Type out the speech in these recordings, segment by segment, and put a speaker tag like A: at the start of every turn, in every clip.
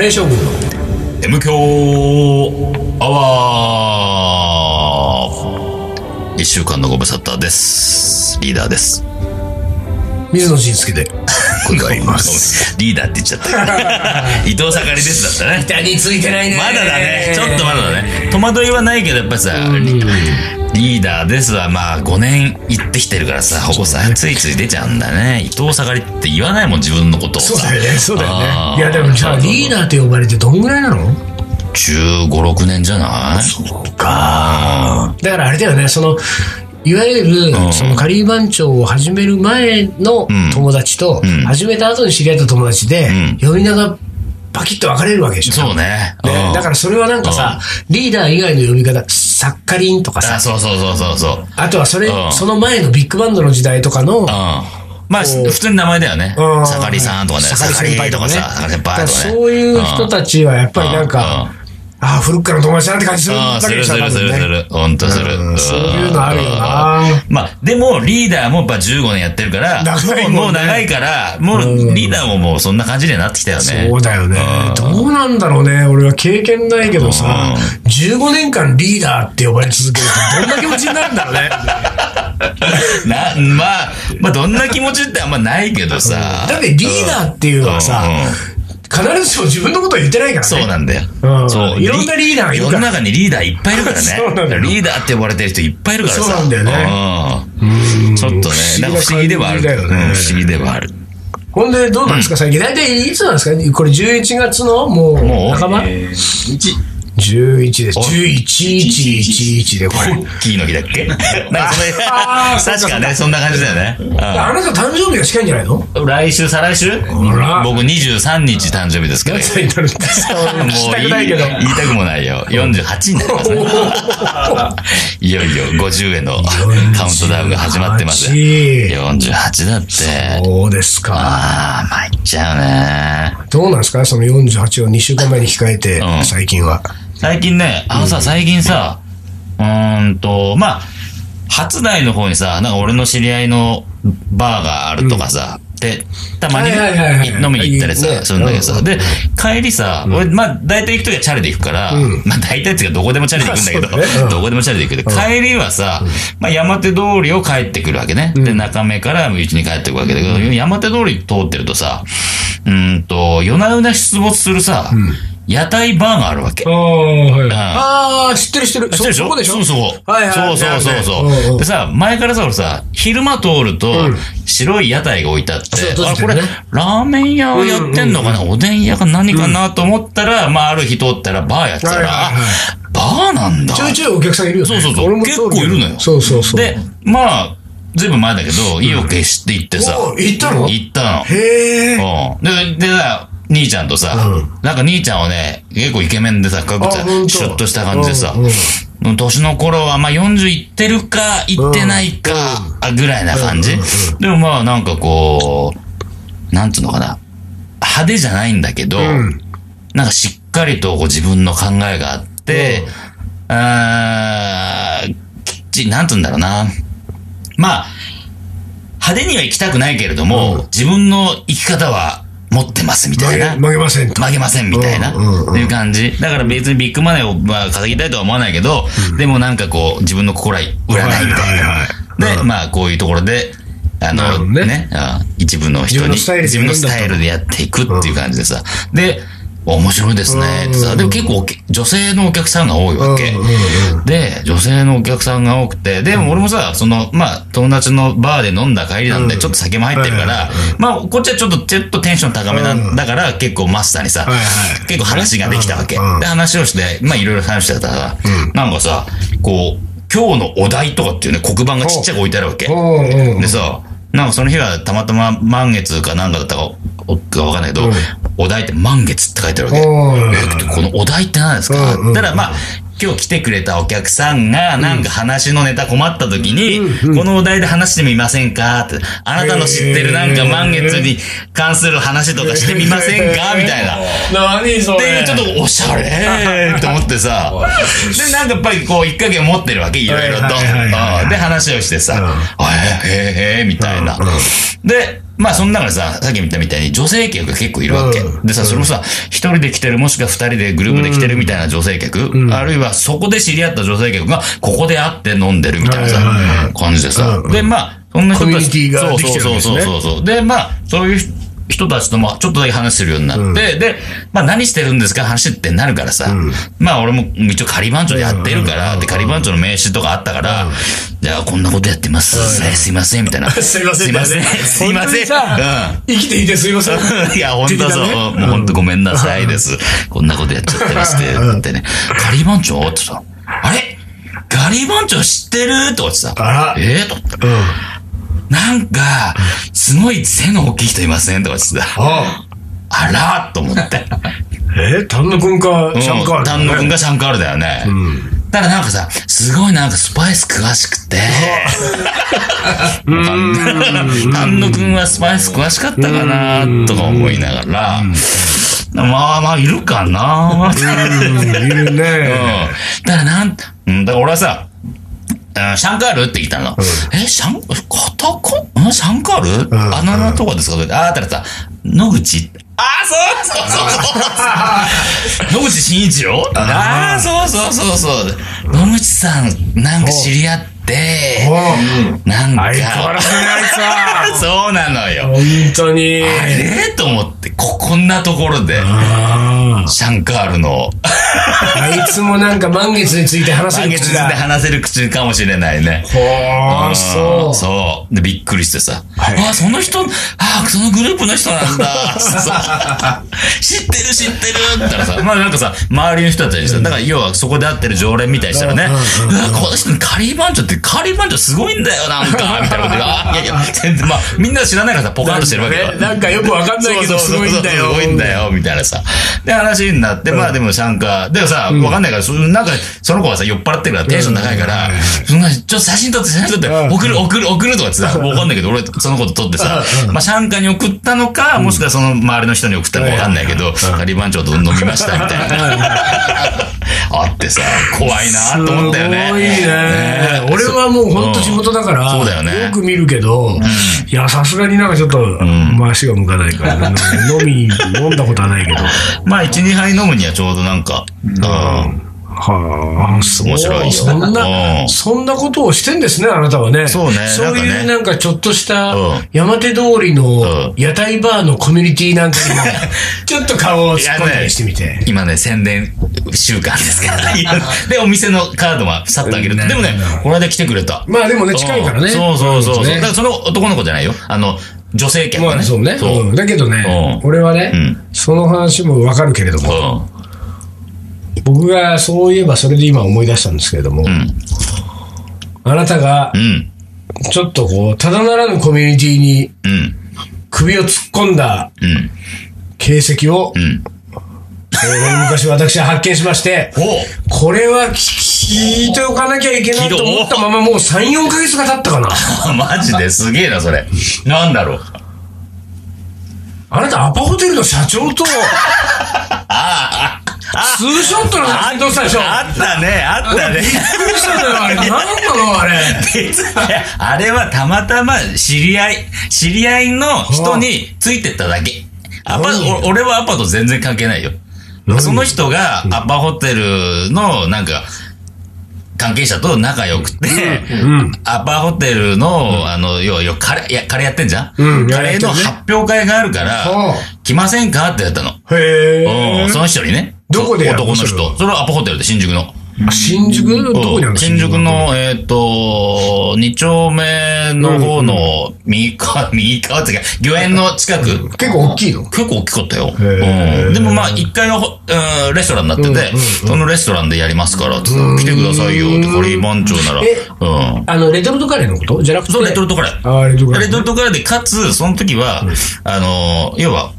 A: ー将軍の
B: M 強アワー一週間のご無沙汰です。リーダーです。
A: 水野慎介で
B: ございます。 リーダーって言っちゃった。 伊藤盛りですだったね。
A: 板についてないね
B: まだだね。ちょっとまだだね。戸惑いはないけど、やっぱりさ、リリーダーですは、まあ、5年行ってきてるからさ、ほぼさ、ついつい出ちゃうんだね。伊藤盛りって言わないもん、自分のことを
C: そう
B: さ。
C: だよねそうだよ
B: あ
C: ねい
B: ー
C: やでも
A: じゃあリーダーって呼ばれてどんぐらいなの
B: 15、6年じゃない
C: そうか
A: だからあれだよねそのいわゆ
B: うん
A: るそのカリー番長を始める前の
B: ん
A: 友達と
B: うん
A: 始めた後に知り合った友達で
B: うん
A: 呼び名がパキッと分かれるわけでしょ
B: そうね。
A: ね
B: うん
A: だからそれはなんかさリーダー以外の呼び方サッカリンとか
B: あ、
A: さ
B: そうそうそうそうそう。
A: あとはそれ
B: うん
A: その前のビッグバンドの時代とかの
B: うん。まあ、
A: こう
B: 普通に名前だよね。
A: うん
B: さかりさんとかね。
A: さかり先輩とかね。
B: さかり先
A: だ
B: 輩
A: ら
B: とかね。
A: そういう人たちはやっぱりなん
B: うん
A: か、ああ、古くからの友達だなって感じする
B: あ
A: わ
B: あ、す
A: けで
B: る
A: し
B: す
A: ょ、
B: るするす
A: 多分ね
B: る。ほんとする
A: う。んそういうのあるよな
B: うん。まあ、でも、リーダーもやっぱ15年やってるから、
A: 長いもんね
B: もうもう長いから、もうリーダーももうそんな感じにはなってきたよね。
A: そうだよね。どうなんだろうね。俺は経験ないけどさ、15年間リーダーって呼ばれ続けるとどんな気持ちになるんだろう ね。
B: な、まあ、まあ、どんな気持ちってあんまないけどさ。
A: だってリーダーっていうのはさ
B: うんうん、
A: 必ずしも自分のことは言ってないからね。
B: そうなんだよ。
A: うん
B: そう。
A: いろんなリーダーがいるから
B: 世の中にリーダーいっぱいいるからね。
A: そうなんだよ
B: リーダーって呼ばれてる人いっぱいいるからさ。
A: そうなんだよね
B: うん。ちょっとね、なんか不思議ではある。
A: 不思議な感じだよね
B: うん不思議ではある。
A: ほんで、どうなんですか、最近。大体いつなんですかねこれ11月のもう
B: もう
A: 半ば
D: えー、1
A: ?11 です。111111でこれ。
B: ポッキーの日だっ けなんかそれ、
A: あーそっか
B: 確かね、そんな感じだよね。
A: あなた誕生日が近いんじゃないの
B: うん来週、再来週
A: ら
B: 僕23日誕生日で すから。
A: 何歳になるんですか
B: もう言い言いたくもないよ。48になりますね。 いよいよ50へのカウントダウンが始まってます。
A: 48
B: 48だって。
A: そうですか。
B: ああ、参っちゃうね。
A: どうなんですかその48を2週間前に控えて
B: う、ん
A: 最近は。
B: 最近ね、あのさ、最近さ、うーんと、まあ、初台の方にさ、なんか俺の知り合いのバーがあるとかさ、で、たまに
A: はいはいはいはい
B: 飲みに行ったり
A: いいね
B: さ、するんだけどさ、で、帰りさ、俺、まあ、大体行くときはチャリで行くから、まあ、大体っていうかどこでもチャリで行くんだけど、
A: そうだねうん
B: どこでもチャリで行くけど、帰りはさ、まあ、山手通りを帰ってくるわけね。で、中目からうちに帰ってくるわけだけど、山手通り通ってるとさ、うーんと、夜な夜な出没するさ、屋台バーがあるわけ。
A: ああ、はい
B: ん
A: ああ、知ってる知ってる。
B: 知ってるでしょ
A: そこでしょ
B: そうそう。
A: はいはい。
B: そうそうそう
A: ね
B: そう、
A: んん
B: でさ、前からさ、俺さ、昼間通ると、白い屋台が置いてあって、
A: そう閉
B: あ
A: じて
B: こ
A: るね
B: れ、ラーメン屋をやってんのかな、おでん屋か何かなと思ったら、まあ、ある日通ったらバーやってた
A: はい
B: ら、
A: はいはい
B: あ、バーなんだ。
A: ちょいちょいお客さんいるよね。
B: そうそうそう
A: 俺も通るけど
B: 結構いるのよ
A: そうそうそう。
B: で、まあ、ずいぶん前だけど、意を決して行ってさ、
A: お行ったの
B: 行ったの。
A: へえ。
B: うん。で、でさ、兄ちゃんとさ、
A: うん
B: なんか兄ちゃんはね、結構イケメンでさ、かっこいい
A: あ
B: さ
A: ほん、と
B: シュッとした感じでさ
A: うん、
B: 年の頃は、まあ、40いってるか、いってないか、あぐらいな感じ。でもまあ、なんかこう、なんつうのかな、派手じゃないんだけど、
A: ん
B: なんかしっかりとこう自分の考えがあって、あーきっちり、なんつうんだろうな。まあ、派手には行きたくないけれども、自分の生き方は持ってますみた
A: 曲
B: い
A: げ
B: な。
A: 曲げませんと。
B: 曲げませんみたいな、
A: うんうんうん
B: っていう感じ。だから別にビッグマネーを、まあ、稼ぎたいとは思わないけど、でもなんかこう、自分の心は売らないみたいな。
A: はい
B: で、まあ、こういうところで、あ
A: なるほ
B: の、
A: ど
B: ね
A: ね
B: うん一部の人に、自
A: 自分
B: 分の
A: の
B: ス
A: ス
B: タ
A: タ
B: イ
A: イ
B: ル
A: ル
B: でやっていくっていう感じでさ。で、面白いですねってさ。でも結構お客、女性のお客さんが多いわけ。で、女性のお客さんが多くて、でも俺もさ、その、まあ、友達のバーで飲んだ帰りなんで、ちょっと酒も入ってるから、まあ、こっちはちょっと、ちょっとテンション高めなんだから、結構マスターにさ
A: はいは、
B: 結構話ができたわけ。で、
A: うん
B: 話をして、まあ、いろいろ話してたら、なんかさ、こう、今日のお題とかっていうね、黒板がちっちゃく置いてあるわけ。
A: うんうん。
B: でさ、なんかその日はたまたま満月かなんかだったかおかわかんないけど、お題って満月って書いてあるわけ。
A: うん
B: えこのお題って何ですか、
A: うんうん
B: たらまあ、今日来てくれたお客さんが、なんか話のネタ困った時に、このお題で話してみませんかって、あなたの知ってるなんか満月に関する話とかしてみません かみたいな。
D: 何そ
B: っていうちょっとおし ゃれと思ってさ。で、なんかやっぱりこう、一か月持ってるわけ、いろいろと。
A: はいはいはいはい
B: うんで、話をしてさ、あへえへえへえみたいな。で、まあ、その中でさ、さっき言ったみたいに女性客が結構いるわけ。
A: うん
B: でさ、それもさ、一人で来てる、もしくは二人でグループで来てるみたいな女性客、あるいはそこで知り合った女性客が、ここで会って飲んでるみたいな
A: はいはいはいは
B: さ
A: い、
B: 感じでさ
A: うんう。ん
B: で、まあ、 そんな人たち
A: コミュニティができてるわけですね
B: そうそうそうそうそう。で、まあ、そういう人たちともちょっとだけ話するようになって、で、まあ、何してるんですか話ってなるからさ。まあ、俺も一応仮番長やってるから、で、仮番長の名刺とかあったから、じゃあ、こんなことやってます。えすいません、みたい な。
A: すいません
B: すいません。すいません。
A: 本当にさ生きていてすいません。
B: うん。いや、本当そう。
A: 的
B: も
A: な
B: う
A: ね
B: 本当ごめんなさいです。こんなことやっちゃってまして。だってね、ガリバンチョってさ、あれガリバンチョ知ってるとかってさ、
A: あら
B: ええと思って
A: うん。
B: なんか、すごい背の大きい人いませんとかってさ、
A: あ
B: あらと思 って。
A: えー丹野くんか、シャンカールだ
B: 丹
A: ね。
B: 野くんがシャンカールだよね。ただなんかさ、すごいなんかスパイス詳し くて。わかんない丹野くんはスパイス詳しかったかなとか思いながら、まあまあいるか な
A: うんいるね。
B: うんだからなん、うんだから俺はさ、あシャンカールって言ったの。え、シャン、カタコんシャンカール、
A: ん
B: あの穴のとこですかってああ、だからさ、野口。ああ、そうそうそうそう。野口真一よああ、そうそうそうそう。野口さん、なんか知り合って、
A: うん。
B: なん
A: 相変わ
B: か、
A: らずね、あいつは。
B: そうなのよ。
A: 本当に。
B: あれと思って、こ、こんなところで、
A: あ
B: シャンカールの、
A: ーあいつもなんか満月について話せ
B: 満
A: る
B: 月
A: 口
B: で
A: だ。
B: 話せる口かもしれないね。
A: ほー、
B: う
A: そ
B: ん
A: う。
B: そう。で、びっくりしてさ。
A: はい
B: あ、その人、あ、そのグループの人なんだ。 さ知ってる知ってるって言ったらさ、まあなんかさ、周りの人たちにさ、だから要はそこで会ってる常連みたいにしたらね、うわ、この人のカリー番長って、カリー番長すごいんだよ、なんか、みたいなことで、あ、いやいや、全然、まあみんな知らないからさ、ポカンとしてるわけよ。
A: ねなんかよくわかんないけど、すごいんだよ。
B: すごいんだよ、みたいなさ。で、話になって、まあでも参加。でもさ、わかんないから、そのなんか、その子はさ、酔っ払ってるからテンション高いから、そんな、ちょっと写真撮って、写真撮って、
A: うん
B: 送る、送る、送るとかってさ、わかんないけど、俺、その子と撮ってさ、まあ、参加に送ったのか、もしくはその周りの人に送ったのかわかんないけど、カリバン長と飲みました、みたいな。あってさ、怖いなと思ったよね。
A: すごいね
B: ね。
A: 俺はもう本当地元だから、
B: そうだよね
A: く見るけど、いや、さすがになんかちょっと、まあ足が向かないから、 なんか飲み、飲んだことはないけど。
B: まあ、1、2杯飲むにはちょうどなんか、うん
A: はあ、そう
B: 面白いよ
A: そん
B: うん
A: な、そんなことをしてんですね、あなたはね。
B: そうね
A: そう
B: なんか
A: いう
B: ね
A: なんかちょっとした
B: うん、
A: 山手通り
B: うん
A: の屋台バーのコミュニティなんか にも、ちょっと顔を突っ込んだりしてみて。
B: 今ね、宣伝週間ですから。いやで、お店のカードはさっとあげる。でもね、この間来てくれた。
A: まあでもね、近いからね。
B: そうそうそうそう。
A: ね
B: だからその男の子じゃないよ。あの、女性客
A: ま
B: が
A: あ
B: ね。
A: そうね。
B: そう。う
A: うんんだけどね、
B: うん
A: 俺はね、その話もわかるけれども、僕がそういえばそれで今思い出したんですけれども、
B: ん
A: あなたが
B: うん。
A: ちょっとこう、ただならぬコミュニティに
B: うん。
A: 首を突っ込んだ
B: うん。
A: 形跡を、
B: ん
A: えー昔私は発見しまして、
B: お
A: これは聞聞いておかなきゃいけないと思ったままもう3、4ヶ月が経ったかな。
B: マジですげえな、それ。なんだろう。
A: あなたアパホテルの社長 と、ツーショットの写真撮ってたでしょ
B: あったね、あった
A: び
B: ね。
A: っくりしたんだよ、あれ。何なのあれ。
B: 別にあれはたまたま知り合い、知り合いの人についてっただけ。アパ
A: 何
B: お俺はアパと全然関係ないよ。
A: 何
B: その人がアパホテルのなんか、関係者と仲良くて、
A: うん。
B: アパホテルの、あの、要は、要はカレー、いや、カレーやってんじゃん、
A: うん
B: カレーの
A: やってるね
B: 発表会があるから
A: はあ、
B: 来ませんかってやったの。
A: へ
B: う
A: え
B: ん、。その人にね。
A: どこでやる
B: そ
A: の
B: 男の人。
A: そ
B: そ
A: れ
B: れ
A: は
B: はアパホテルで、新宿の。
A: あ新宿どこにあるの
B: 新宿。の、えっ、と、二丁目の方の右側、 右側っていうか、御苑の近く。
A: 結構大きいの
B: 結構大きかったよ。
A: へー
B: うん、でもまあ、一階がほ、うん、レストランになってて、そのレストランでやりますから、つって来てくださいよって、これ番長なら。
A: え
B: うん。
A: あの、レトルトカレーのことじゃなくて。
B: そう、レトルトカレー。
A: あーレトルトカレー。
B: レトルトカレーで、かつ、その時は、あの、要は、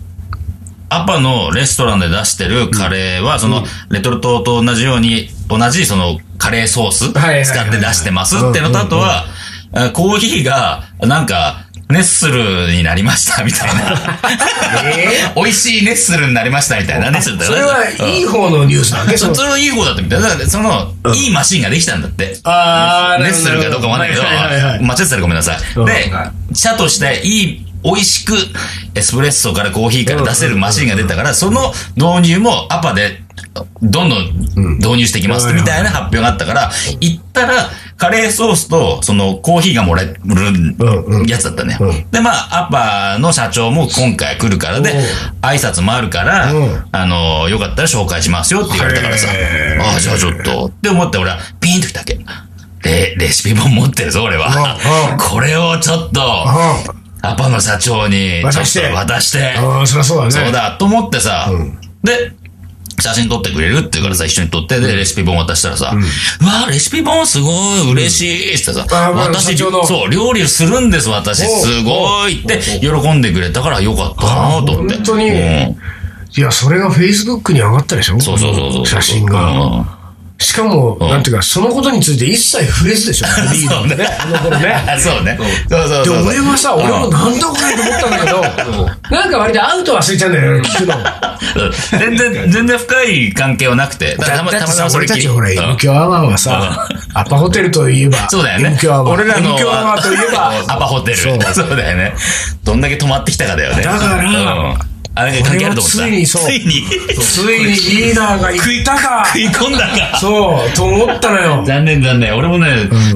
B: アパのレストランで出してるカレーは、その、レトルトと同じように、同じ、その、カレーソース
A: はいはいはい
B: 使って出してますってのと、あとは、あコーヒーが、なんか、ネッスルになりました、みたいな。
A: え
B: 美味しいネッスルになりました、みたいな。ネッスルっ
A: ー
B: て
A: それはいい方のニュースなん
B: で、
A: で
B: そそれのいい方だったみたいな。だから、その、いいマシンができたんだって。
A: あー
B: ネッスルかどうかわかんないけど、
A: はいはいはいはい
B: 間違ってたらごめんなさい。
A: うん
B: で、社としていい美味しく、エスプレッソからコーヒーから出せるマシンが出たから、その導入もアパで、どんどん導入していきます、みたいな発表があったから、行ったら、カレーソースと、その、コーヒーがもらえるやつだったね。で、まあ、アパの社長も今回来るからで
A: おう、
B: 挨拶もあるから
A: うん、
B: あの、よかったら紹介しますよって言われたからさ、
A: へー
B: ああ、じゃあちょっと、って思って俺は、ピンと来たわけ。レ、レシピ本持ってるぞ、俺は
A: うんうん。
B: これをちょっと、
A: う
B: アパの社長に、ちょっと
A: 渡
B: 渡
A: し
B: してて、
A: ん。うん、そりゃそうだね。
B: そうだ、と思ってさ、
A: うん
B: で、写真撮ってくれるって言うからさ、一緒に撮って、で、レシピ本渡したらさ、うわーレシピ本すごい嬉しいってさ、
A: あーまあ社
B: 私、
A: 長の
B: そう、料理するんです、私、
A: おう
B: すごいって、喜んでくれたからよかったなと思って。
A: あー本当に
B: うん
A: いや、それが Facebook に上がったでしょ
B: そうそうそうそう。
A: 写真が。
B: うん
A: しかも、
B: ん
A: なんていうか、そのことについて一切触れずで しょ、リーダーね。あの頃ね。
B: あ そうね。そうそう
A: で、
B: そうそう。
A: 俺はさ、
B: うん
A: 俺もなんだこれと思ったんだけど、なんか割とアウト忘れちゃうんだよね、聞くの。
B: うん全 然、全然深い関係はなくて。だからたま
A: だって
B: たまた
A: さ
B: ま、そ
A: 俺
B: れ
A: た
B: き
A: ち
B: り
A: ほら、
B: うん
A: MQ アワーはさ、アパホテルといえば、
B: そうだよね
A: MQ ア。ワー。
B: 俺らの
A: MQ アワーといえば、
B: アパホテル。
A: そ
B: そううだよね。どんだけ泊まってきたかだよね。
A: だから
B: うんあれが関係あると思った。
A: 俺はついにそう
B: ついに、
A: ついにリーダーが行ったか
B: 食い込んだか。
A: そう、と思ったのよ。
B: 残念残念。俺もね、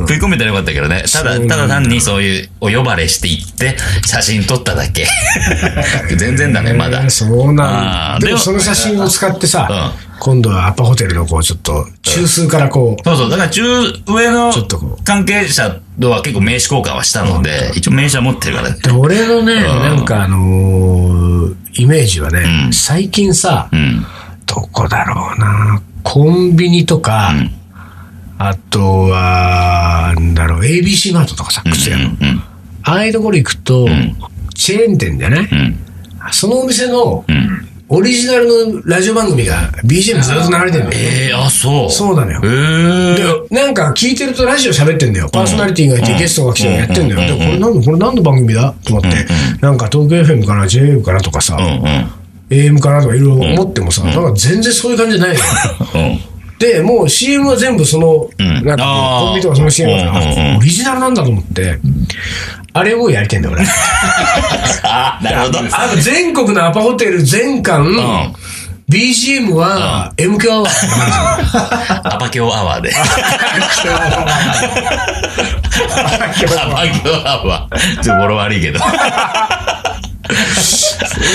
B: 食い込めたらよかったけどね。ただ、ただ単にそういう、お呼ばれして行って、写真撮っただけ。 全然だね、まだ
A: えー。そうなん
B: あー
A: だ。
B: で
A: で
B: も
A: もその写真を使ってさ、今度はアパホテルのこう、ちょっと、中枢からこう、
B: そうそう。だから中、上の
A: ちょっとこう
B: 関係者とは結構名刺交換はしたので、一応名刺は持ってるからね。
A: で俺のね、なんかあのー、イメージはね
B: う、ん
A: 最近さ
B: う、ん。
A: どこだろうな、コンビニとか
B: ん、
A: あとは、なんだろう、ABC マートとかさ、靴屋の。
B: うん。
A: ああいうところ行くと
B: ん、
A: チェーン店でね
B: う、ん。
A: そのお店の
B: うん。
A: オリジナルのラジオ番組が BGM ずっと流れてるのよ。
B: ええあ、そう。
A: そうなのよ
B: ええ
A: で、なんか聞いてるとラジオ喋ってんだよ。パーソナリティがいてゲストが来てやってんだよ。で、
B: うん
A: これ何の、これ何の番組だと思って、なんか東京 FM かな、JA かなとかさ
B: う、んうん。
A: AM かなとかいろいろ思ってもさ、なんか全然そういう感じじゃないのよ。
B: うん。
A: で、もう CM は全部その、
B: ん
A: なんか
B: あ
A: こ
B: ー
A: うコンビニとかその CM だか
B: うんうん
A: ら
B: うん
A: オリジナルなんだと思って、あれをやりてんだよ、俺。
B: あ、なるほど。
A: あの全国のアパホテル全館、BGM は MQ アワー。
B: アパキョアワーで。アパキョアワー。ちょっと語呂悪いけど。
A: そ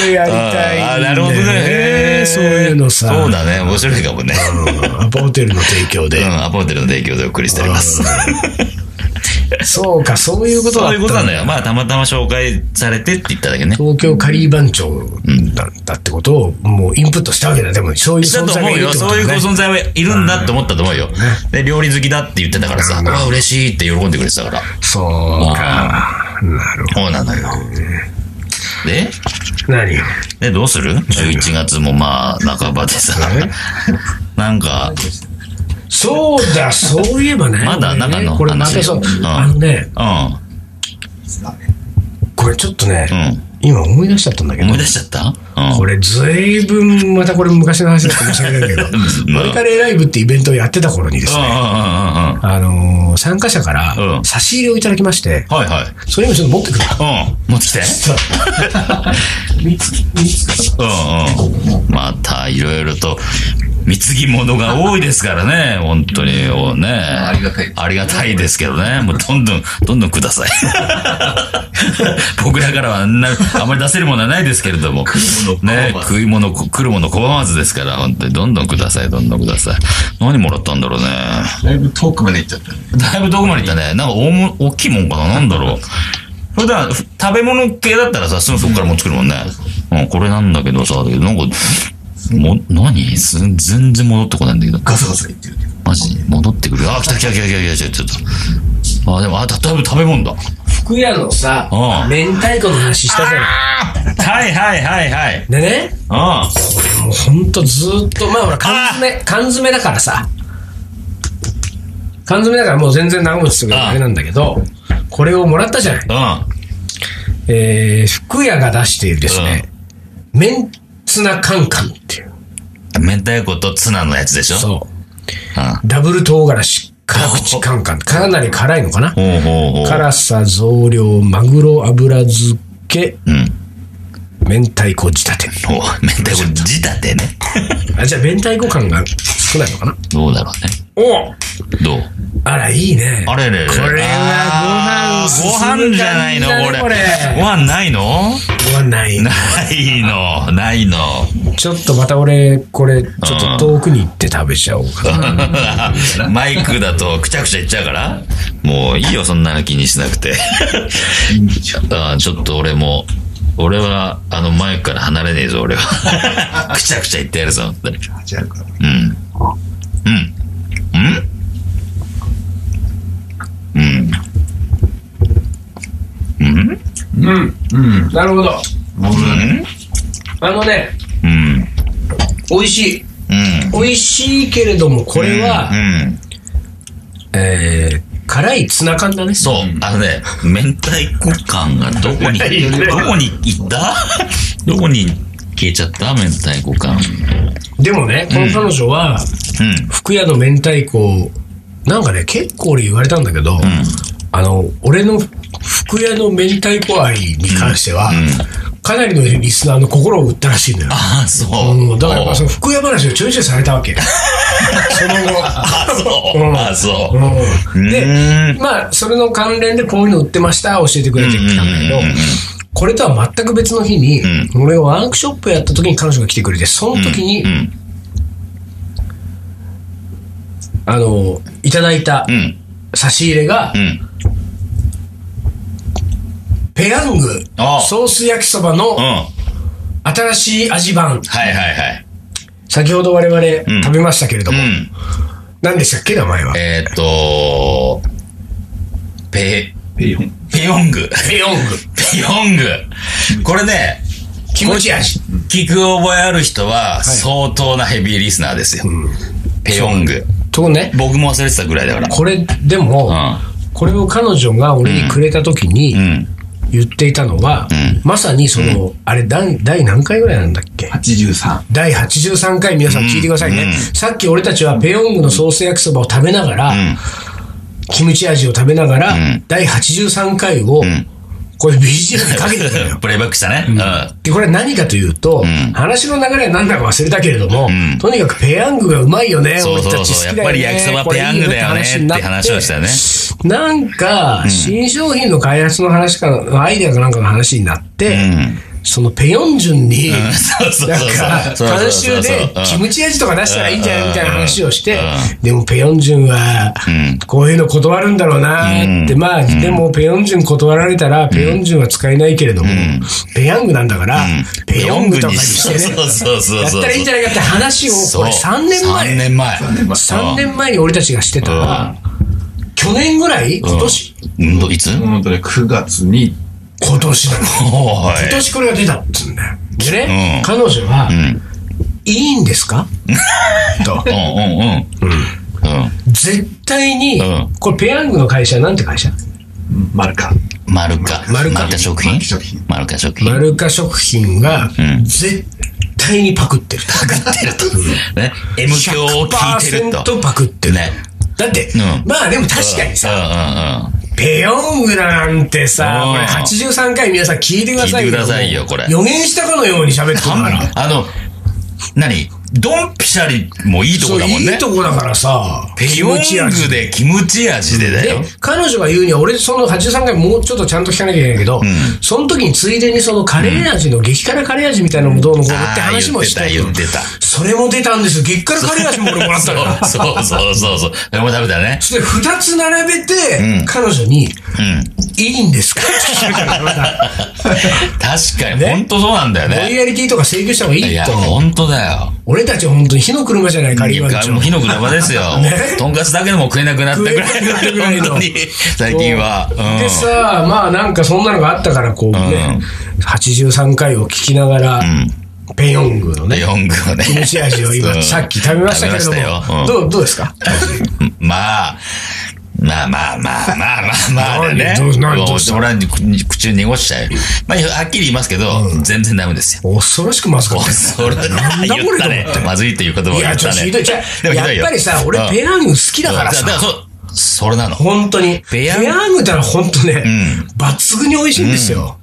A: れやりたいんだよ。
B: あーなるほどね。へー
A: そういうのさ。
B: そうだね。面白いかもね。
A: うんアパホテルの提供
B: う
A: で。
B: ん、アパホテルの提供でお送りしております。
A: そうか、そういうことだっ
B: そ
A: た
B: ういうんこ
A: だ
B: となんだよ。まあ、たまたま紹介されてって言っただけね。
A: 東京カリー番長だったってことを、もうインプットしたわけだ。でも、そういう
B: だ
A: 存
B: と
A: 在が
B: 思
A: いうるっ
B: よ。
A: てこ
B: そ
A: と
B: ういうご
A: だね。
B: 存在はいるんだって思ったと思うよ。で、料理好きだって言ってたからさ、
A: うん
B: あ嬉しいって喜んでくれてたから。
A: そうか。なるほ
B: そうなのよ。で、
A: ど。何よ
B: で、どうする ?11 月もまあ、半ばでさ、なんか、
A: そうだ、そういえばね。
B: まだ中の話
A: これまたそう
B: う。ん
A: あのね、
B: う
A: これちょっとね、
B: ん、うん。
A: 今思い出しちゃったんだけど
B: 思い。出しちゃったうん。、
A: これずいぶん、またこれ昔の話だったかもしれないけど
B: うん
A: モリカレーライブってイベントをやってた頃にです
B: うん
A: ね、
B: うんうんうんうん。
A: あのー参加者か
B: う
A: ら
B: ん
A: 差し入れをいただきまして、
B: はいはい。
A: それ今ちょっと持ってくる。
B: うん。持ってきて。うんうん。また、いろいろと、貢ぎ物が多いですからね、本当に。おね。あ
D: りがたい
B: ありがたいですけどね。もう、どんどん、どんどんください。 僕らからはあんな、あまり出せるものはないですけれども。ね、食い物、来るもの拒まずですから、本当に。どんどんください、どんどんください。何もらったんだろうね。
D: だいぶ遠くまで行っちゃったね。
B: だいぶ遠くまで行ったね。なんか大も、大きいもんかななんだろう。普段、ふ食べ物系だったらさ、すぐそこから持ってくるもんね。うん、これなんだけどさ、だけどなんか、も、何す全然戻ってこないんだけど。
D: ガサガサ行ってるけど。
B: マジ戻ってくる。あ、来た来た来た来た来た来た来た。あ、でも、あ、だだいぶ食べ物だ。
A: 福屋のさ
B: うん
A: 明太子の話したじゃん。
B: はいはいはいはい。
A: でね、
B: あ
A: もうほんとずーっと、まあほら、缶詰、缶詰だからさ、缶詰だからもう全然長持ちするからあれなんだけど、これをもらったじゃない。
B: あ。
A: えー、福屋が出しているですね、メンツナカンカンっていう。
B: うん。明太子とツナのやつでしょ
A: そう。
B: う
A: ダブル唐辛子、辛口カンカン。かなり辛いのかな。
B: ん。ほうほうほう。
A: 辛さ増量、マグロ油漬け
B: うん。
A: 明太子仕立て。
B: お明太子仕立てね。
A: あ、じゃあ明太子感が少ないのかな
B: どうだろうね。
A: おう
B: どう
A: あら、いいね。
B: あれれれ
A: これは
B: あー
A: ご飯進む感じだね、
B: ご飯じゃないのこれ。
A: これ
B: ご飯ないの
A: ご飯ない。
B: ないのないの。
A: ちょっとまた俺、これ、ちょっと遠くに行って食べちゃおうかな。
B: マイクだとくちゃくちゃいっちゃうから。もういいよ、そんなの気にしなくて。あーちょっと俺も、俺は、あの、マイクから離れねえぞ、俺は。くちゃくちゃ言ってやるぞ、本当に
D: じゃあ、こ
B: うん。うん。うん。うん。
A: うん。なるほど。
B: うん。
A: あのね、
B: うん。
A: 美味しい。
B: うん。
A: 美味しいけれども、これは、
B: うん。
A: えー、辛いツナ缶だね。
B: そう、あのね、明太子感がどこに、どこに行った どこに消えちゃった明太子感。
A: でもね、この彼女は、
B: うん。
A: 福屋の明太子をなんかね、結構俺言われたんだけど、あの、俺の福屋の明太子愛に関しては、かなりのリスナーの心を打ったらしいんだよ。
B: ああ、そう。
A: うん、だからやっぱそ
B: そう。
A: の福屋話をちょいちょいされたわ け。その後。
B: あそう。あそう。
A: うん、で
B: う、
A: まあ、それの関連でこういうの売ってました、教えてくれてきたんだけど
B: うんうんうんうん、
A: これとは全く別の日に、
B: う
A: 俺がワークショップやった時に彼女が来てくれて、その時に、
B: うん。
A: あの、いただいた
B: うん。
A: 差し入れが、
B: うん。
A: ペヤング
B: ああ
A: ソース焼きそばの
B: うん。はい
A: 新しい味版、
B: はいはい。
A: 先ほど我々
B: ん
A: 食べましたけれど
B: う
A: も、
B: ん。
A: 何でしたっけ、名前は。
B: えーっと、ペ、
D: ペヨン。
B: ペヨング。
A: ペヨング、
B: ペヨング。これね、
A: キムチ味。
B: 聞く覚えある人は相当なヘビーリスナーですよ。ペヨング。
A: とね、
B: 僕も忘れてたぐらいだから。
A: これ、でも、これを彼女が俺にくれた時に
B: うん。うん。
A: 言っていたのは、まさにその、あれ第、第何回ぐらいなんだっけ
D: 83。
A: 第83回皆さん聞いてくださいね、
B: うん
A: さっき俺たちはペヨングのソース焼きそばを食べながら、キムチ味を食べながら、
B: ん
A: 第83回を、
B: ん
A: これ BGM にかけてたのよ
B: プレイバックしたね。う
A: でこれは何かというと、
B: ん
A: 話の流れは何だか忘れたけれども、
B: ん
A: とにかくペヤングがうまいよね、
B: そうそうそう
A: 俺たち好きだよね
B: やっぱり焼きそばペヤングだよね
A: これいいにな
B: って話をしたよね
A: なんか、新商品の開発の話か、アイデアかなんかの話になって、
B: ん
A: そのペヨンジュンに、
B: ん。そうそう
A: なん
B: そう
A: か、
B: そう。
A: 監修で
B: そうそう、
A: キ
B: そう
A: ムチ味とか出したらいいんじゃないみたいな話をして
B: う、
A: でもペヨンジュンは、こういうの断るんだろうなって、まあ、でもペヨンジュン断られたら、ペヨンジュンは使えないけれども、ペヤングなんだから、ペヨングとかにしてね、
B: そうそうそうそう。
A: やったらいいんじゃないかって話を、これ3年
B: 3
A: 前、
B: 年前。
A: 3年前に俺たちがしてたら、去年ぐらい今年
B: うんどいつ
D: 本当ね、9月に、
A: 今年だ。
B: おい
A: 今年これが出たっつうんだよ。で
B: う
A: ね
B: ん、
A: 彼女は、
B: ん
A: いいんですか
B: うんうんうん。う
A: 絶対に、
B: うん
A: これペヤングの会社なんて会社
D: マルカ。
B: ん。マルカ。
A: マルカ
B: 食品
D: マルカ食品
B: マルカ食品。
A: マルカ食品が絶対にパクってる。
B: パクってると。ね。M 響を聞いてると。
A: 100%パクってる。
B: ね。
A: だって、
B: うん
A: まあでも確かにさ、
B: さ。うんうんうん。
A: ペヨングなんてさ、
B: うん
A: これ83回皆さん聞いてください
B: 聞いてくださいよこれ
A: 予言したかのように喋ってるから。
B: あの、何ドンピシャリもいいと
A: そ
B: こ
A: う、
B: だもん
A: い
B: ね
A: い。とこだからさ、
B: ペヨングでキムチ味でだ
A: で
B: よ。、
A: 彼女が言うには、俺、その83回もうちょっとちゃんと聞かなきゃいけないけど、その時についでにそのカレー味の激辛カレー味みたいなのもどうのこうのって
B: あー
A: 話もして、
B: 言ってた、
A: それも出たんですよ。激辛カレー味も俺も
B: 言
A: らっ
B: っ
A: てた
B: た
A: から。。
B: そうそうそうそう。それも食べたね。
A: そして二つ並べて、
B: うん
A: 彼女に、
B: うん。
A: いいん ですかって聞いたから、また
B: 確かに、
A: ね
B: ほんとそうなんだよ
A: ロイ
B: ね。
A: ヤリティとか請求した方がい
B: い
A: い
B: や、
A: と思う。
B: ほんとだよ。
A: 俺たち本当に火の車じゃない、カリ
B: い
A: バン
B: や
A: チ
B: もう
A: ョ。
B: 火の車ですよ。 とんかつだけでも食えなくなったぐら
A: 食えなくなったぐらい
B: い。
A: の
B: 本当に、最近は。うん
A: でさ、まあなんかそんなのがあったから、こうね、83回を聞きながら、ペヨングのね、
B: ヨングをね。
A: キムチ味を
B: う
A: 今、
B: ん
A: さっき食べましたけれど
B: 食べましたよう
A: も、
B: ん
A: どう、どうですか
B: まあ、まあまあまあまあまあまあね。
A: 何どう何どうした
B: 俺は口を濁しちゃうよ。まあ、はっきり言いますけど、全然ダメですよ。
A: 恐ろしくまずかったよ。
B: それ
A: なんだこ
B: 言
A: れ
B: ったね。まずいっていう言葉を
A: い
B: 言
A: や、
B: っ
A: ちょ
B: た
A: っと
B: ね。
A: ひどい。じゃあ
B: でもひどいよ
A: やっぱりさ、俺
B: うん
A: ペヤング好きだから
B: だ
A: さ
B: か、らそう、それなの。
A: 本当に。
B: ペヤン
A: ペヤングってのは本当ね、
B: うん
A: 抜群に美味しいんですよ。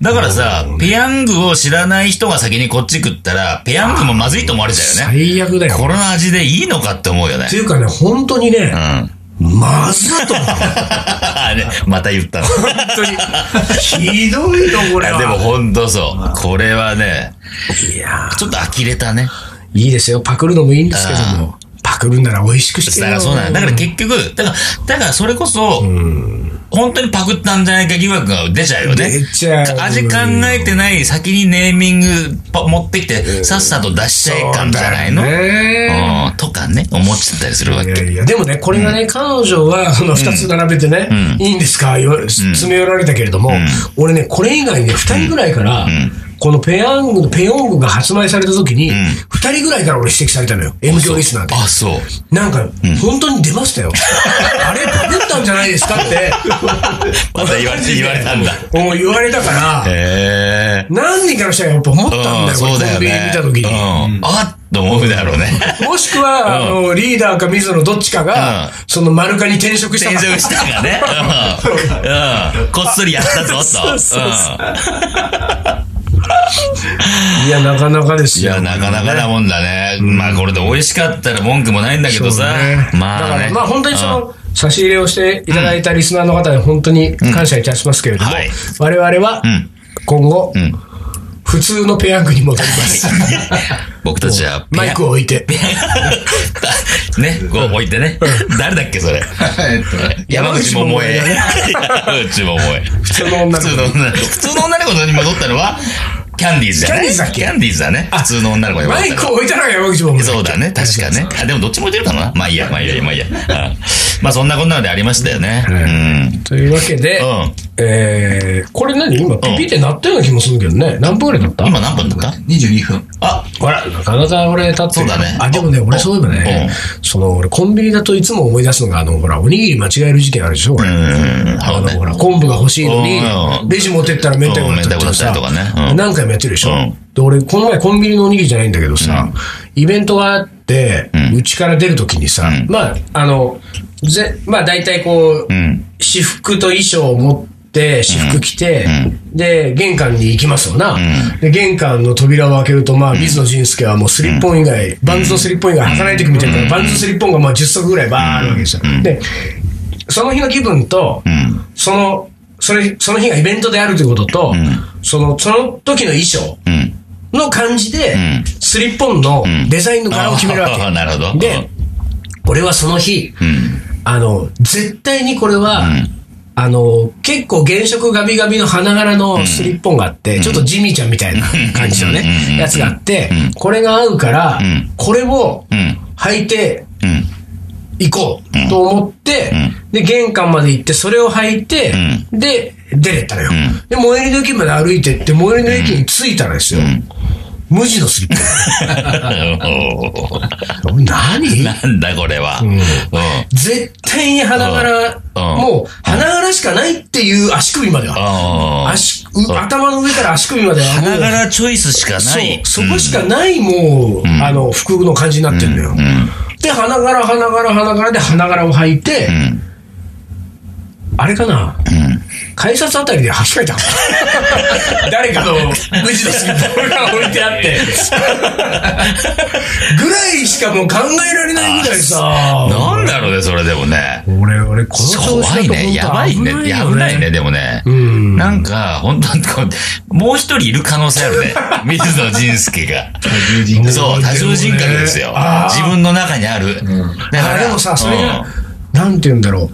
B: だからさ、ペヤングを知らない人が先にこっち食ったら、ペヤングもまずいと思われちゃうよね。
A: 最悪だよ。
B: これの味でいいのかって思うよね
A: っ。ていうかね、本当にね
B: う、ん。
A: まずだと思う。
B: ねまた 言ったの。
A: 本当に。ひどいよ、こ
B: い
A: れ
B: や
A: は。
B: でもほんとそう。これはね、
A: いや
B: ちょっと呆れたね。
A: ーいいですよ。パクるのもいいんですけども。パクるんなら美味しくして
B: だ
A: よ
B: からそうなんだ。だから結局、だから、だからそれこそ、本当にパクったんじゃないか疑惑が出ちゃうよね。
A: 出ちゃう
B: 味考えてない先にネーミングパ持ってきて、さっさと出しちゃえたんじゃないの、
A: そうだよね
B: うん、とかね、思っちゃったりするわ
A: い
B: け。
A: やいやでもね、これがね、彼女は、その二つ並べてね、いいんですか言われ詰め寄られたけれども、俺ね、これ以外にね、二人ぐらいから、このペヤングのペヨングが発売された時に、二人ぐらいから俺指摘されたのよ。M 響リスナーで。
B: あ、そう。
A: なんか、本当に出ました よ。あれ、パクったんじゃないですかって、
B: また言われて、言われたんだ。
A: もう言われたから、
B: へえ。
A: 何人かの人はやっぱ思ったんだよ、
B: うんそう
A: 俺
B: だ
A: コ
B: よ
A: ンビニ
B: ね。
A: 見た時に。
B: うん。あっと思うだろうね。
A: もしくは、あの、リーダーか水野どっちか
B: うん
A: が、その丸化に転職した
B: 転
A: から
B: 職したんがね。うん。うん。こっそりやったぞ、と。
A: そうそうそ
B: うん
A: いや、なかなかです
B: い
A: よ。
B: や、なかなかなもんだね。まあ、これで美味しかったら文句もないんだけ
A: そ
B: ど
A: う
B: さ
A: ね。だ
B: ま
A: か
B: あ
A: ら
B: ね。
A: まあ本当にそ
B: うん
A: の、差し入れをしていただいたリスナーの方に本当に感謝いたしますけれども、
B: うんはい
A: 我々は
B: ん
A: 今後、
B: ん
A: 普通のペヤングに戻ります。
B: 僕たちは、
A: マイクを置いて。
B: ね、こう置いてね。誰だっけ、それ。
D: えっと、
B: 山口百恵。山口百恵。
A: 普通の女の
B: 普通
A: 子。
B: の女の子。普通の女の子に戻ったのは、キャンディーズじゃない
A: キャンディーズだっけ
B: キャンディーズだね。普通の女の子に戻
A: マ
B: った
A: イ
B: のは
A: クを置いたのが山口も。
B: そうだね、確かね。あでもどっちも置いてるかなまあいいや、まあいいや、まあいいや。うんまあそんなこんなのでありましたよね。うん。
A: というわけで、
B: うん
A: えー、これ何今ピピって鳴ったような気もするけどね。何分ぐらい経った
B: 今何分だった
D: 22分。
B: あ、ほら。
A: なかなか俺立ってる
B: そうだね
A: あ、でもね、俺そういえばね、その、俺コンビニだといつも思い出すのが、あの、ほら、おにぎり間違える事件あるでしょ、俺。
B: うん。
A: あ
B: そう
A: の、
B: ね
A: ほら、昆布が欲しいのに
B: う、ん
A: レジ持ってったら明太子だったりとかさ
B: うん明太子だったりとかねうん
A: 何回もやってるでしょ
B: うん。
A: で、俺、この前コンビニのおにぎりじゃないんだけどさ、イベントがあって、うちから出るときにさ、
B: うん
A: まあ、あの、ぜ、まあ、大体こう
B: う、ん。
A: 私服と衣装を持って、私服着て、で、玄関に行きますよな。で、玄関の扉を開けると、まあ、水野仁介はもうスリッポン以外、バンズのスリッポン以外履かない時みたいなから、バンズのスリッポンがまあ10足ぐらいバーあるわけですよ。で、その日の気分と、
B: うん。
A: その、それ、その日がイベントであるということと、
B: ん
A: その、その時の衣装
B: うん。
A: の感じで、
B: ん
A: スリッポンのデザインの柄を決めるわけ。
B: あーなるほど。
A: で、俺はその日、
B: うん。
A: あの、絶対にこれは、あの、結構原色ガビガビの花柄のスリッポンがあって、ちょっとジミーちゃんみたいな感じのね、やつがあって、これが合うから、
B: ん
A: これを
B: うん。
A: 履いて
B: うん。
A: いこうと思って、で、玄関まで行って、それを履いて、で、出れたのよ。で、最寄りの駅まで歩いてって、最寄りの駅に着いたらですよ。無地のスリッ ポン。俺何
B: なんだこれは。うん。
A: 絶対に花柄、
B: うん
A: もう花柄しかないっていう足首までは。
B: あー
A: 足う頭の上から足首まではもう。
B: 花柄チョイスしか
A: そ
B: ない。
A: う、そこしかないもう、あの、服の感じになってるのよ。で、花柄、花柄、花柄で花柄を履いて、
B: ん
A: あれかな、改札あたりで履き替えた の誰かの無地のスリッパが置いてあって。 ぐらいしかもう考えられないぐらいさ。
B: なんだろうね、それでもね。
A: 俺、俺、この調子だ
B: 怖
A: と
B: いね。やばいね。
A: 本当
B: やばいね、。でもね。
A: ん
B: なんか、本当にこう、もう一人いる可能性あるね。水野仁介が。
D: 友人が
B: そう、多重人格ですよ。
A: あー
B: 自分の中にある。だ
A: あでもさ、それ
B: う
A: が
B: ん、
A: なんて言うんだろう。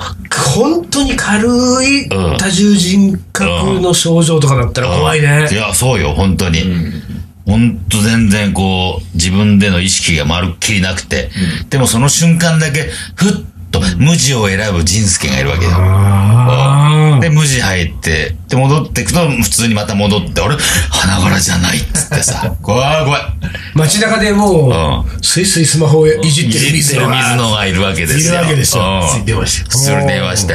A: 本当に軽い
B: うん
A: 多重人格の症状とかだったら怖いね
B: い。や、そうよ、本当に。本当全然こう、自分での意識がまるっきりなくて。でもその瞬間だけ、ふっと無地を選ぶ仁助がいるわけよ。
A: あ
B: で、無地入って、で、戻っていくと、普通にまた戻って、俺、花柄じゃないっつってさ、怖い怖い。
A: ー街中でも
B: う
A: う、すいすいスマホをいじっ
B: い
A: てる
B: じって
A: 水
B: る
A: 野が
B: 水野がいるわけですよ。
A: いるわけですよ
B: う
D: 出ました。
B: んする電話して。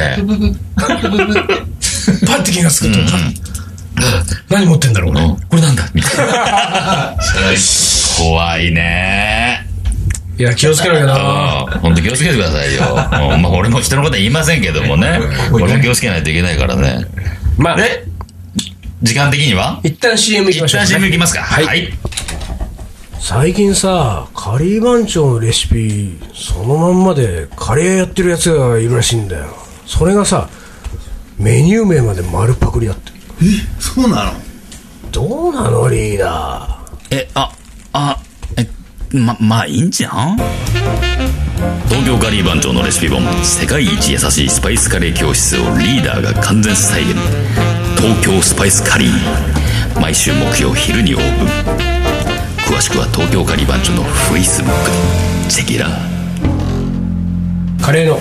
A: パッて気がつくと、パッ何持ってんだろう、俺。
B: これなんだみたいな。怖いね。
A: いや、気をつけなきゃな。
B: 本当気をつけてくださ いよ。うんまあ、俺も人のことは言いませんけどもね。俺も気をつけないといけないからね。
A: まあ、
B: で、時間的には
A: 一旦 CM 行きま
B: 一
A: しょう、
B: 旦 CM いきますか。
A: はい
B: はい。
A: 最近さ、カリー番長のレシピ、そのまんまでカレーやってるやつがいるらしいんだよ。それがさ、メニュー名まで丸パクリだって。
E: そうなの
A: どうなのリーダ
E: え、あ、あ、え、ま、まあいいんじゃん
F: 東京カリー番長のレシピ本世界一優しいスパイスカレー教室をリーダーが完全再現東京スパイスカリー毎週木曜昼にオープン詳しくは東京カリー番長のフェイスブックチェキラ
A: ー。カレーの。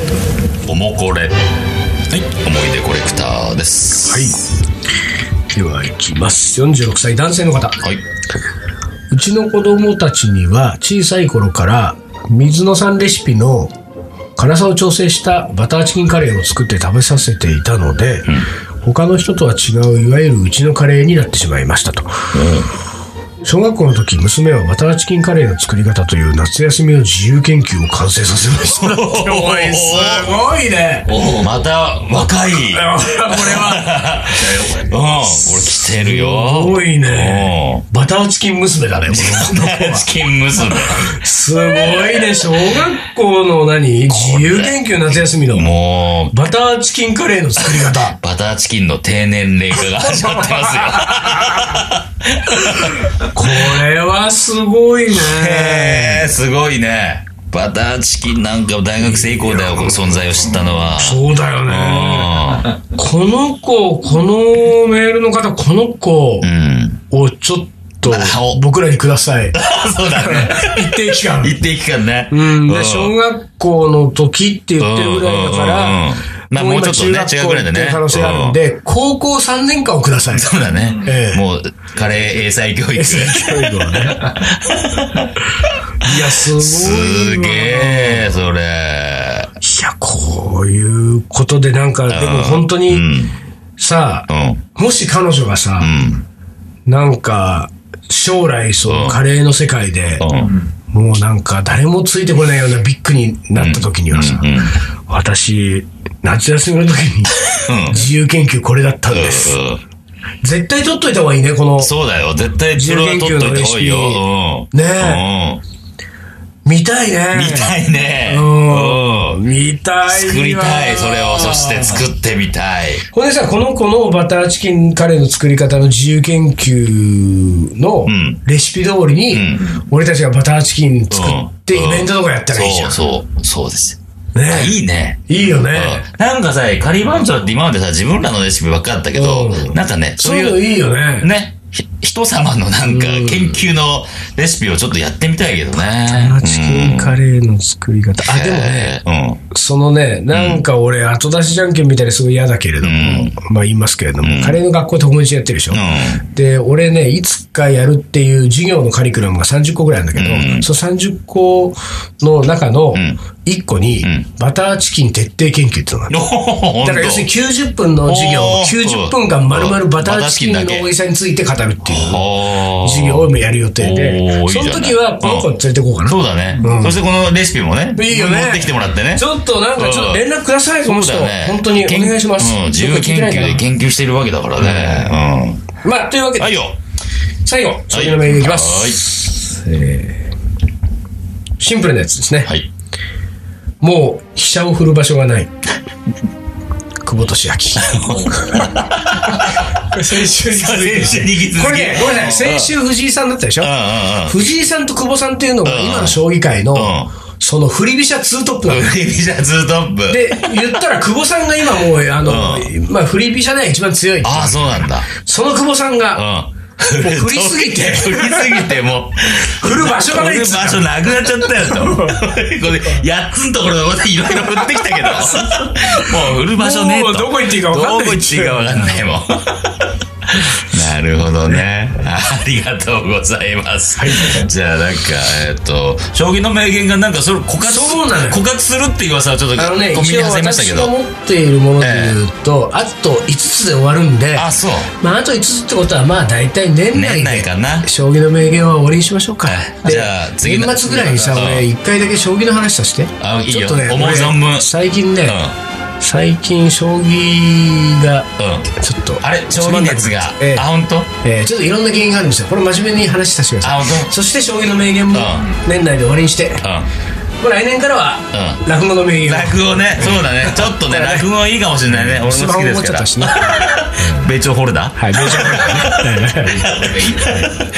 B: おもこれ。
F: はい思い出コレクターです
A: はい。では、行きます。46歳男性の方。
F: はいう
A: ちの子供たちには小さい頃から水野さんレシピの辛さを調整したバターチキンカレーを作って食べさせていたので、他の人とは違ういわゆるうちのカレーになってしまいましたと。小学校の時、娘はバターチキンカレーの作り方という夏休みの自由研究を完成させました。おいすごいね。
B: おおまた若 い。
A: これは、
B: うん、これ来てる
A: す
B: よ。
A: ごいね。
B: お
A: バターチキン娘だね、この子
B: ー
A: は
B: チキン娘。
A: すごいね、小学校の何自由研究夏休みの。
B: もう、
A: バターチキンカレーの作り方。
B: バターチキンの低年齢化が始まってま すよ。
A: これはすごいね。
B: へえ、すごいね。バターチキンなんか大学生以降だよ、存在を知ったのは。
A: そうだよね。この子、このメールの方、この子
B: うん。うん
A: をちょっと
B: お
A: 僕らにくださ い。
B: そうだね。
A: 一定期間。
B: 一定期間ね。
A: うん。
B: う
A: で、
B: ん
A: 小学校の時って言ってるぐらいだか
B: うんうんうん
A: ら、
B: まあもうちょっとね
A: 今中学校行ってる可能性あるんで、高校3年間をください。
B: そうだね。
A: ええ
B: もう、カレー英才教育。す
A: 教育はね。 いや、すごいわ。
B: げえ、そ
A: い
B: れ。
A: や、こういうことでなんか、でも本当
B: う
A: に
B: ん。
A: さ、
B: うん。
A: もし彼女がさ
B: う、ん。
A: なんか、将来そのカレーの世界で、
B: うん。
A: もうなんか誰もついてこないようなビッグになった時にはさ、
B: うん。
A: 私、夏休みの時に
B: うん
A: 自由研究これだったんです。
B: う
A: 絶対取っといた方がいいね、この
B: ん。そうだよ。絶対それは取っといた方がいいよ。うん。
A: 自由研究の
B: え。
A: 見たいね
B: うん。。見たいね。
A: うん。
B: うん。
A: 見たいわ
B: 作りたい、それを。そして作ってみたい。
A: これでさ、この子のバターチキンカレーの作り方の自由研究の
B: ん
A: レシピ通りに、
B: ん
A: 俺たちがバターチキン作って
B: うん
A: イベントとかやったらいいじゃん。
B: そう、そう、そうです。あ
A: ね
B: いいね。
A: いいよね。
B: うんなんかさ、カリー番長って今までさ、自分らのレシピばっかだったけど
A: う、ん
B: なんかね、そ
A: そうういうの
B: いう、
A: いいよね。
B: ね、ひ人様のなんか研究のレシピをちょっとやってみたいけど
A: バタ
B: ね
A: ー。チキンカレーの作り方。あ、でもね、
B: えー
A: そのね、なんか俺、後出しじゃんけんみたいですごい嫌だけれども、まあ言いますけれども、カレーの学校って本日やってるでしょ。
B: う
A: で、俺ね、いつかやるっていう授業のカリキュラムが30個ぐらいあるんだけど、その30個の中の1個に、バターチキン徹底研究っていうのがある
B: うん。おほ
A: だから要するに90分の授業
B: お、
A: 90
B: ー
A: 分間丸々バターチキンの
B: バターチキンだけ
A: 美味しさについて語るっていう授
B: 授
A: 業を今やる予定で
B: お、ーいいじ
A: そ
B: ゃ
A: の
B: ない
A: 時はこの子連れてこうかな。
B: そうだね
A: うん。
B: そしてこのレシピもね、
A: いいよね。
B: 持ってきてもらってね。
A: ちょっとなんかちょっと連絡ください、この人。
B: そうだね
A: 本当にお願いします。
B: うん、自由研究で研究しているわけだからね。
A: まあ、というわけで、
B: うん。はいよ。
A: 最後、最後のメールいきます。
B: はい。
A: シンプルなやつですね。
B: はい。
A: もう、飛車を振る場所がない。久保俊明。これ 先週に続いて
B: 先週に引き続き
A: これね、ごめんなさい。先週藤井さんだったでしょ
B: うんうんうん。
A: 藤井さんと久保さんっていうのが今の将棋界の
B: ん、
A: その振り飛車ツートップなんだよ
B: 振り飛車ツートップ。
A: で、言ったら久保さんが今もう、あの、まあ、振り飛車では一番強い。
B: ああ、そうなんだ。
A: その久保さんが、
B: うん。
A: もう振りすぎて
B: 振りすぎてもう。
A: 振る場所がないっ
B: 振る
A: つうの
B: 場所なくなっちゃったよと。これ、8つのところでまたいろいろ振ってきたけど、もう振る場所ねえと。
A: もうどこ行っていいか分かんない
B: どこ行っていいか分かんないもん。なるほどね。ありがとうございます。じゃあなんか、えっ、と、将棋の名言がなんかそれ枯渇す
A: そうなのよ
B: 枯渇するっていう噂をちょっと
A: あのね、
B: コンビニ
A: 一
B: に
A: 応
B: 挟みました
A: 私
B: け
A: が
B: ど。
A: 持っているもので言うと、あと5つで終わるんで、
B: あ、そう。
A: まあ、あと5つってことは、まあ、大体年内
B: 年内
A: で、
B: かな。
A: 将棋の名言は終わりにしましょうか。
B: はい
A: で
B: じゃあ次の
A: 年末ぐらいにさ、
B: うん
A: 俺、1回だけ将棋の話させて。
B: あ、いい
A: ちょ
B: よ。
A: っとね、
B: 思う存分。う
A: 俺最近ね、
B: ん。
A: 最近、将棋が、
B: うん。
A: ちょっと、
B: あれ将棋熱が。
A: ええ
B: あ、本当？
A: えーちょっといろんな原因があるんですよ。これ真面目に話させてくだ
B: あ
A: さ
B: 本
A: い。そして、将棋の名言も
B: う
A: 年内で終わりにして、
B: うん。
A: まあ来年からは、落語の名言を。
B: 落語ね。そうだ ね。ちょっとね、落語いいかもしれないね。俺も
A: スマ
B: 好
A: ホ
B: きで
A: 持
B: す
A: っ
B: か
A: ちゃっ
B: ら
A: た。しね。
B: 米朝ホル ダー
A: はい、名所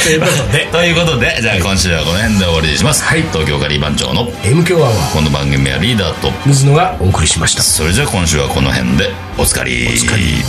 A: ということで、
B: ということで、じゃあ今週はこの辺で終わりにします。はい。東京ガリバン長の
A: M 強アワー、
B: この番組はリーダーと、
A: 水野がお送りしました。
B: それじゃあ今週はこの辺で、おつかり。おつかり。